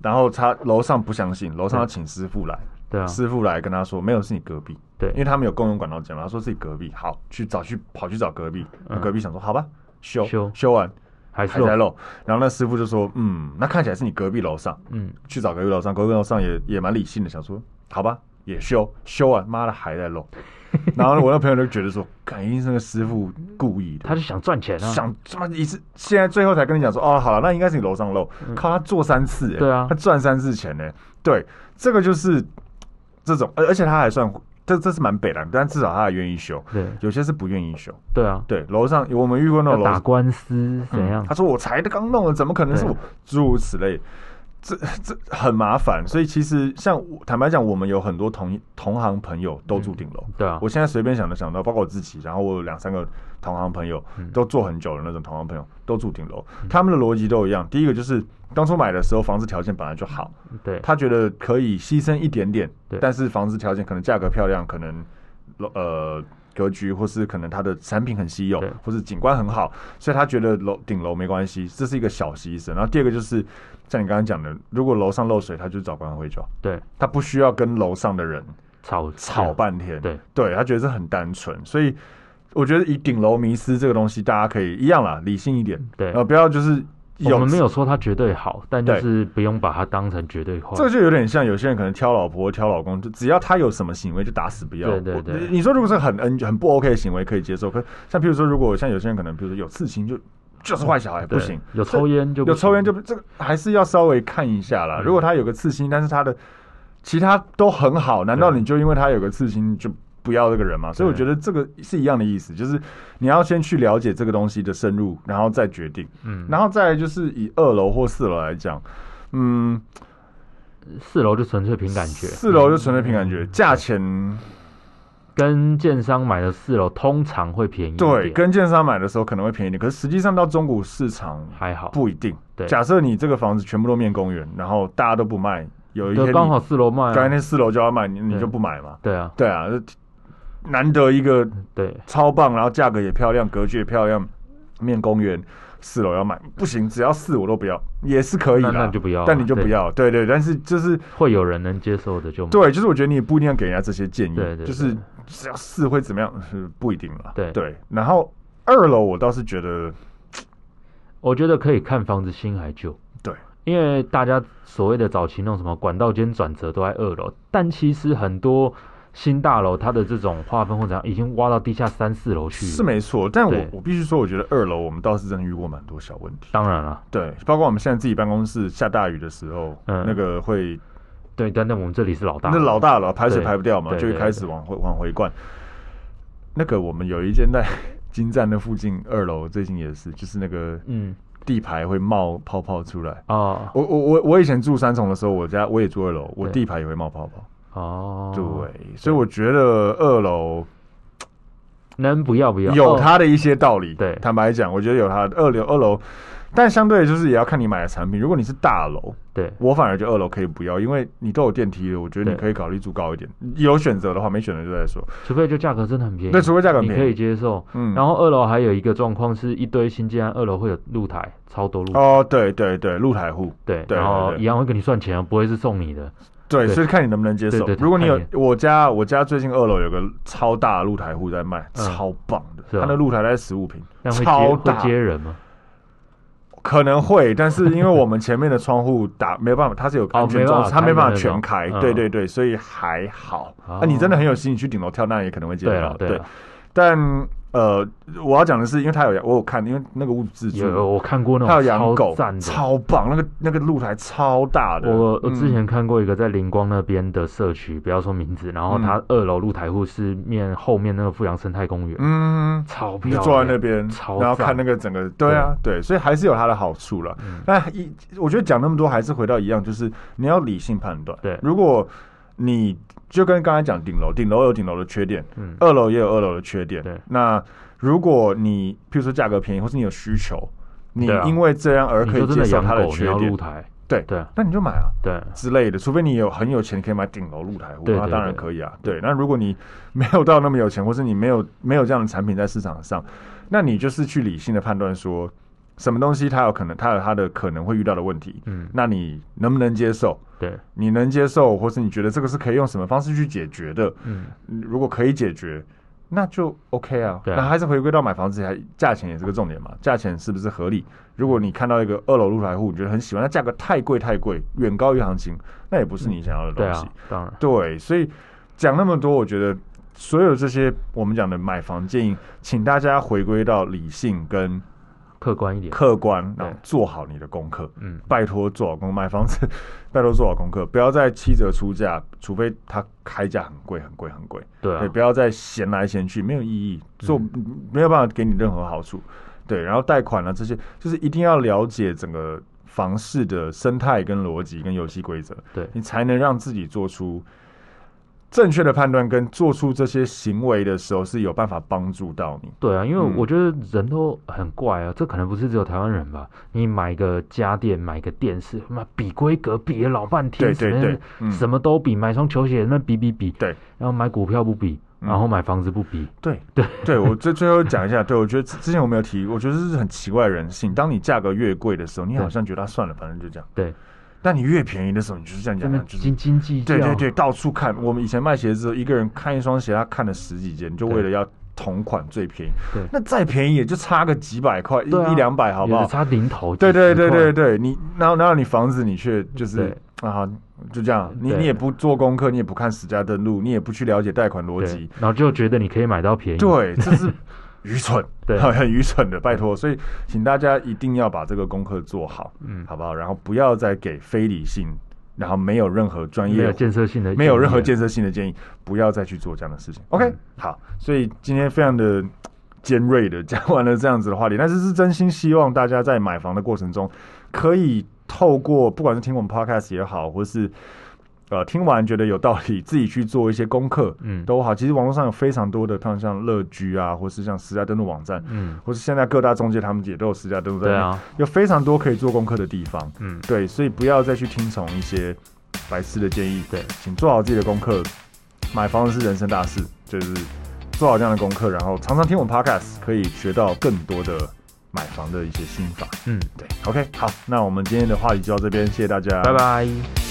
Speaker 1: 然后他楼上不相信，楼上要请师傅来，
Speaker 2: 对啊，
Speaker 1: 师傅来跟他说没有是你隔壁，
Speaker 2: 对
Speaker 1: 因为他们有共用管道间嘛，他说是你隔壁，好去找去跑去找隔壁，
Speaker 2: 嗯
Speaker 1: 隔壁想说好吧修
Speaker 2: 修
Speaker 1: 修完
Speaker 2: 还是
Speaker 1: 还在
Speaker 2: 有
Speaker 1: 漏，然后那师傅就说嗯那看起来是你隔壁楼上，
Speaker 2: 嗯，
Speaker 1: 去找隔壁楼上，隔壁楼上也也蛮理性的，想说好吧，也修修完，妈的还在漏。然后我那朋友就觉得说， *laughs* 肯定是那个师傅故意的，
Speaker 2: 他就想赚钱啊，
Speaker 1: 想他妈一次，现在最后才跟你讲说，哦，好了，那应该是你楼上漏，靠他做三次、欸，
Speaker 2: 嗯对啊
Speaker 1: 他赚三次钱呢、对，这个就是这种，而而且他还算，这这是蛮北的，但至少他还愿意修，
Speaker 2: 对
Speaker 1: 有些是不愿意修，
Speaker 2: 对啊，
Speaker 1: 对，楼上我们遇过那
Speaker 2: 要
Speaker 1: 种楼
Speaker 2: 打官司怎样
Speaker 1: 嗯他？说我才刚弄了，怎么可能是我
Speaker 2: 对？
Speaker 1: 诸如此类，这这很麻烦。所以其实像我坦白讲，我们有很多同同行朋友都住顶楼。
Speaker 2: 对啊
Speaker 1: 我，现在随便想都想到，包括我自己，然后我有两三个同行朋友，
Speaker 2: 嗯
Speaker 1: 都做很久的那种同行朋友，都住顶楼。他们的逻辑都一样，第一个就是当初买的时候房子条件本来就好，
Speaker 2: 对
Speaker 1: 他觉得可以牺牲一点点
Speaker 2: 对，
Speaker 1: 但是房子条件可能价格漂亮，可能楼呃格局或是可能它的产品很稀有
Speaker 2: 对，
Speaker 1: 或是景观很好，所以他觉得楼顶楼没关系，这是一个小牺牲。然后第二个就是像你刚刚讲的，如果楼上漏水，他就找管委会就好，
Speaker 2: 对，
Speaker 1: 他不需要跟楼上的人
Speaker 2: 吵
Speaker 1: 吵，半天，
Speaker 2: 对
Speaker 1: 对他觉得这很单纯，所以。我觉得以顶楼迷失这个东西，大家可以一样啦，理性一点，
Speaker 2: 对
Speaker 1: 呃，不要就是有
Speaker 2: 我们没有说它绝对好，但就
Speaker 1: 对
Speaker 2: 是不用把它当成绝对坏。
Speaker 1: 这个就有点像有些人可能挑老婆、挑老公，就只要他有什么行为就打死不要。
Speaker 2: 对对
Speaker 1: 我
Speaker 2: 对
Speaker 1: 你说如果是很很很不 OK 的行为可以接受，可像譬如说，如果像有些人可能，比如说有刺青就就是坏小孩不
Speaker 2: 对
Speaker 1: 行，
Speaker 2: 有抽烟就
Speaker 1: 这
Speaker 2: 不
Speaker 1: 有抽烟就
Speaker 2: 行嗯
Speaker 1: 不这个还是要稍微看一下啦。如果他有个刺青，但是他的其他都很好，难道
Speaker 2: 对
Speaker 1: 你就因为他有个刺青就？不要这个人嘛，所以我觉
Speaker 2: 对
Speaker 1: 得这个是一样的意思，就是你要先去了解这个东西的深入，然后再决定。
Speaker 2: 嗯
Speaker 1: 然后再来就是以二楼或四楼来讲，嗯，
Speaker 2: 四楼就纯粹凭感觉，
Speaker 1: 四楼就纯粹凭感觉，价钱
Speaker 2: 跟建商买的四楼通常会便宜一点，
Speaker 1: 对，跟建商买的时候可能会便宜一点，可是实际上到中古市场
Speaker 2: 还好，
Speaker 1: 不一定。
Speaker 2: 对
Speaker 1: 假设你这个房子全部都面公园，然后大家都不卖，有一天
Speaker 2: 对，
Speaker 1: 你
Speaker 2: 刚好四楼卖、
Speaker 1: 刚才
Speaker 2: 啊，
Speaker 1: 那四楼就要卖，你你
Speaker 2: 对
Speaker 1: 就不买嘛？
Speaker 2: 对啊，
Speaker 1: 对啊，这难得一个
Speaker 2: 对，
Speaker 1: 超棒，然后价格也漂亮，格局也漂亮，面公园四楼要买不行，只要四我都不要，也是可以
Speaker 2: 那
Speaker 1: 的，
Speaker 2: 那就不要啊
Speaker 1: 但你就不
Speaker 2: 对
Speaker 1: 要，对对，但是就是
Speaker 2: 会有人能接受的就买
Speaker 1: 对，就是我觉得你也不一定要给人家这些建议，
Speaker 2: 对对
Speaker 1: 就是
Speaker 2: 对
Speaker 1: 只要试会怎么样，是不一定了。
Speaker 2: 对
Speaker 1: 对，然后二楼我倒是觉得，
Speaker 2: 我觉得可以看房子新还旧。
Speaker 1: 对，
Speaker 2: 因为大家所谓的早期那种什么管道间转折都在二楼，但其实很多新大楼它的这种划分或者怎样已经挖到地下三四楼去了。
Speaker 1: 是没错，但我
Speaker 2: 对啊
Speaker 1: 我必须说，我觉得二楼我们倒是真的遇过蛮多小问题。
Speaker 2: 当然了，
Speaker 1: 对，包括我们现在自己办公室下大雨的时候，
Speaker 2: 嗯
Speaker 1: 那个会
Speaker 2: 对，但但我们这里是老大，
Speaker 1: 那老大了，排水
Speaker 2: 对
Speaker 1: 排不掉嘛，
Speaker 2: 对
Speaker 1: 就会
Speaker 2: 对
Speaker 1: 开始往回往回灌。那个我们有一间在 *laughs* 金站的附近二楼，最近也是，就是那个
Speaker 2: 嗯
Speaker 1: 地排会冒泡泡出来。
Speaker 2: 哦
Speaker 1: 我我我我以前住三重的时候，我家我也住二楼，我
Speaker 2: 对
Speaker 1: 地排也会冒泡泡。
Speaker 2: 哦，
Speaker 1: 对，所以我觉得二楼
Speaker 2: 能不要不要
Speaker 1: 有
Speaker 2: 哦
Speaker 1: 它的一些道理。
Speaker 2: 对
Speaker 1: 坦白讲，我觉得有它的二楼二楼，但相对就是也要看你买的产品。如果你是大楼，
Speaker 2: 对
Speaker 1: 我反而就二楼可以不要，因为你都有电梯了，我觉得你
Speaker 2: 对
Speaker 1: 可以考虑住高一点。有选择的话，没选择就再说。
Speaker 2: 除非就价格真的很便宜，
Speaker 1: 对除非价格很
Speaker 2: 你
Speaker 1: 便宜
Speaker 2: 可以接受。
Speaker 1: 嗯，
Speaker 2: 然后二楼还有一个状况是一堆新建案，二楼会有露台，超多露台，
Speaker 1: 哦，对对对，露台户，
Speaker 2: 对，
Speaker 1: 对
Speaker 2: 然后
Speaker 1: 对对
Speaker 2: 一样会跟你算钱啊，不会是送你的，
Speaker 1: 对，
Speaker 2: 对
Speaker 1: 所以看你能不能接受
Speaker 2: 对对。对
Speaker 1: 如果你有
Speaker 2: 看
Speaker 1: 我家，我家最近二楼有个超大的露台户在卖，
Speaker 2: 嗯
Speaker 1: 超棒的，
Speaker 2: 是哦
Speaker 1: 它的露台在十五平，
Speaker 2: 但会接
Speaker 1: 超
Speaker 2: 会
Speaker 1: 大，
Speaker 2: 接人吗？
Speaker 1: 可能会， *laughs* 但是因为我们前面的窗户打没办法，它是有安全
Speaker 2: 哦没
Speaker 1: 装
Speaker 2: 办
Speaker 1: 置，
Speaker 2: 法
Speaker 1: 它没办
Speaker 2: 开
Speaker 1: 法
Speaker 2: 的那
Speaker 1: 全
Speaker 2: 种
Speaker 1: 开，
Speaker 2: 嗯
Speaker 1: 对对对，所以还好。
Speaker 2: 哦
Speaker 1: 啊，你真的很有心，你去顶楼跳，那也可能会接
Speaker 2: 对啊
Speaker 1: 到
Speaker 2: 了，。
Speaker 1: 对
Speaker 2: 了，，
Speaker 1: 但呃，我要讲的是，因为它有我有看，因为那个屋子自
Speaker 2: 有
Speaker 1: 助，
Speaker 2: 我看过那
Speaker 1: 它嗯有
Speaker 2: 种
Speaker 1: 养
Speaker 2: 超
Speaker 1: 狗
Speaker 2: 赞，的，
Speaker 1: 超棒，那个那个露台超大的。
Speaker 2: 我我之
Speaker 1: 嗯
Speaker 2: 前看过一个在灵光那边的社区，不要说名字，然后
Speaker 1: 嗯
Speaker 2: 它二楼露台户是面后面那个富阳生态公园，
Speaker 1: 嗯，
Speaker 2: 超
Speaker 1: 你就
Speaker 2: 漂亮，
Speaker 1: 坐在那边，
Speaker 2: 超
Speaker 1: 然后看
Speaker 2: 赞
Speaker 1: 那个整个，对啊，对，所以还是有它的好处了。
Speaker 2: 嗯
Speaker 1: 那一，我觉得讲那么多，还是回到一样，就是你要理性判断。
Speaker 2: 对
Speaker 1: 如果你就跟刚才讲顶楼，顶楼有顶楼的缺点，
Speaker 2: 嗯
Speaker 1: 二楼也有二楼的缺点。
Speaker 2: 对
Speaker 1: 那如果你譬如说价格便宜，或是你有需求，你
Speaker 2: 对啊
Speaker 1: 因为这样而
Speaker 2: 你
Speaker 1: 可以
Speaker 2: 就真
Speaker 1: 接
Speaker 2: 的
Speaker 1: 受
Speaker 2: 养
Speaker 1: 它的
Speaker 2: 狗，你
Speaker 1: 缺
Speaker 2: 要
Speaker 1: 点
Speaker 2: 露，台，
Speaker 1: 对
Speaker 2: 对啊
Speaker 1: 那你就买啊。
Speaker 2: 对，
Speaker 1: 之类的，除非你有很有钱，你可以买顶楼露台户，
Speaker 2: 对
Speaker 1: 那
Speaker 2: 对
Speaker 1: 当然
Speaker 2: 对
Speaker 1: 可以啊。对，那如果你 *laughs* 没有到那么有钱，或是你没有没有这样的产品在市场上，那你就是去理性的判断说，什么东西它有可能，它有它的可能会遇到的问题，
Speaker 2: 嗯，
Speaker 1: 那你能不能接受？
Speaker 2: 对，
Speaker 1: 你能接受，或是你觉得这个是可以用什么方式去解决的？
Speaker 2: 嗯，
Speaker 1: 嗯如果可以解决，那就 OK 啊。
Speaker 2: 对啊
Speaker 1: 那还是回归到买房子还价钱也是个重点嘛，价钱是不是合理？如果你看到一个二楼露台户，你觉得很喜欢，那价格太贵太贵，远高于行情，那也不是你想要的
Speaker 2: 对
Speaker 1: 东西。
Speaker 2: 啊，当然，
Speaker 1: 对，所以讲那么多，我觉得所有这些我们讲的买房建议，请大家回归到理性跟
Speaker 2: 客观一点，
Speaker 1: 客观，然后
Speaker 2: 对
Speaker 1: 做好你的功课。
Speaker 2: 嗯，
Speaker 1: 拜托做好功课，买房子拜托做好功课，不要再七折出价，除非它开价很贵很贵很贵。
Speaker 2: 对啊嗯
Speaker 1: 对，，不要再闲来闲去，没有意义，做没有办法给你任何好处。对，然后贷款啊这些，就是一定要了解整个房市的生态跟逻辑跟游戏规则，
Speaker 2: 对
Speaker 1: 你才能让自己做出正确的判断，跟做出这些行为的时候是有办法帮助到你。
Speaker 2: 对啊，因为
Speaker 1: 嗯
Speaker 2: 我觉得人都很怪啊，这可能不是只有台湾人吧？你买个家电，买个电视，妈比规格比了老半天，
Speaker 1: 对对
Speaker 2: 什么
Speaker 1: 对嗯
Speaker 2: 什么都比，买双球鞋那比比比，
Speaker 1: 对，
Speaker 2: 然后买股票不比，
Speaker 1: 嗯
Speaker 2: 然后买房子不比，
Speaker 1: 对对对，我最最后讲一下，对我觉得之之前我没有提，我觉得这是很奇怪的人性。当你价格越贵的时候，你好像觉得啊算了，反正就这样。
Speaker 2: 对，
Speaker 1: 但你越便宜的时候，你就是这样
Speaker 2: 这
Speaker 1: 讲，
Speaker 2: 么
Speaker 1: 啊就是
Speaker 2: 斤斤计较，
Speaker 1: 对对对，到处看。我们以前卖鞋子，一个人看一双鞋，他看了十几件，就为了要同款最便宜
Speaker 2: 对。
Speaker 1: 那再便宜也就差个几百块，一
Speaker 2: 对啊
Speaker 1: 一两百，好不
Speaker 2: 有的
Speaker 1: 好？
Speaker 2: 差零头，
Speaker 1: 对对
Speaker 2: 几
Speaker 1: 对
Speaker 2: 十块
Speaker 1: 对，对，你然后然后你房子你却就是啊，就这样，你
Speaker 2: 对
Speaker 1: 你也不做功课，你也不看实价登录，你也不去了解贷款逻
Speaker 2: 对
Speaker 1: 辑，
Speaker 2: 然后就觉得你可以买到便宜，
Speaker 1: 对，这是愚蠢，
Speaker 2: *laughs*
Speaker 1: *laughs*
Speaker 2: 对
Speaker 1: 很很愚蠢的，拜托。所以请大家一定要把这个功课做好，
Speaker 2: 嗯，
Speaker 1: 好不好？然后不要再给非理性，然后没有任何专
Speaker 2: 没
Speaker 1: 业
Speaker 2: 有建设性的，
Speaker 1: 没有任何，建设性的建议，不要再去做这样的事情。OK，、好，
Speaker 2: 嗯
Speaker 1: 所以今天非常的尖锐的讲完了这样子的话题，但是是真心希望大家在买房的过程中，可以透过不管是听我们 Podcast 也好，或是呃听完觉得有道理，自己去做一些功课
Speaker 2: 嗯
Speaker 1: 都好。其实网络上有非常多的，像像乐居啊，或是像私家登录网站，
Speaker 2: 嗯，
Speaker 1: 或是现在各大中介他们也都有私家登录在
Speaker 2: 对
Speaker 1: 那边，
Speaker 2: 啊，
Speaker 1: 有非常多可以做功课的地方。
Speaker 2: 嗯，
Speaker 1: 对，所以不要再去听从一些白痴的建议。
Speaker 2: 对，
Speaker 1: 请做好自己的功课，买房子是人生大事，就是做好这样的功课，然后常常听我们 podcast，可以学到更多的买房的一些心法。
Speaker 2: 嗯，
Speaker 1: 对，OK，好，那我们今天的话题就到这边，谢谢大家，
Speaker 2: 拜拜。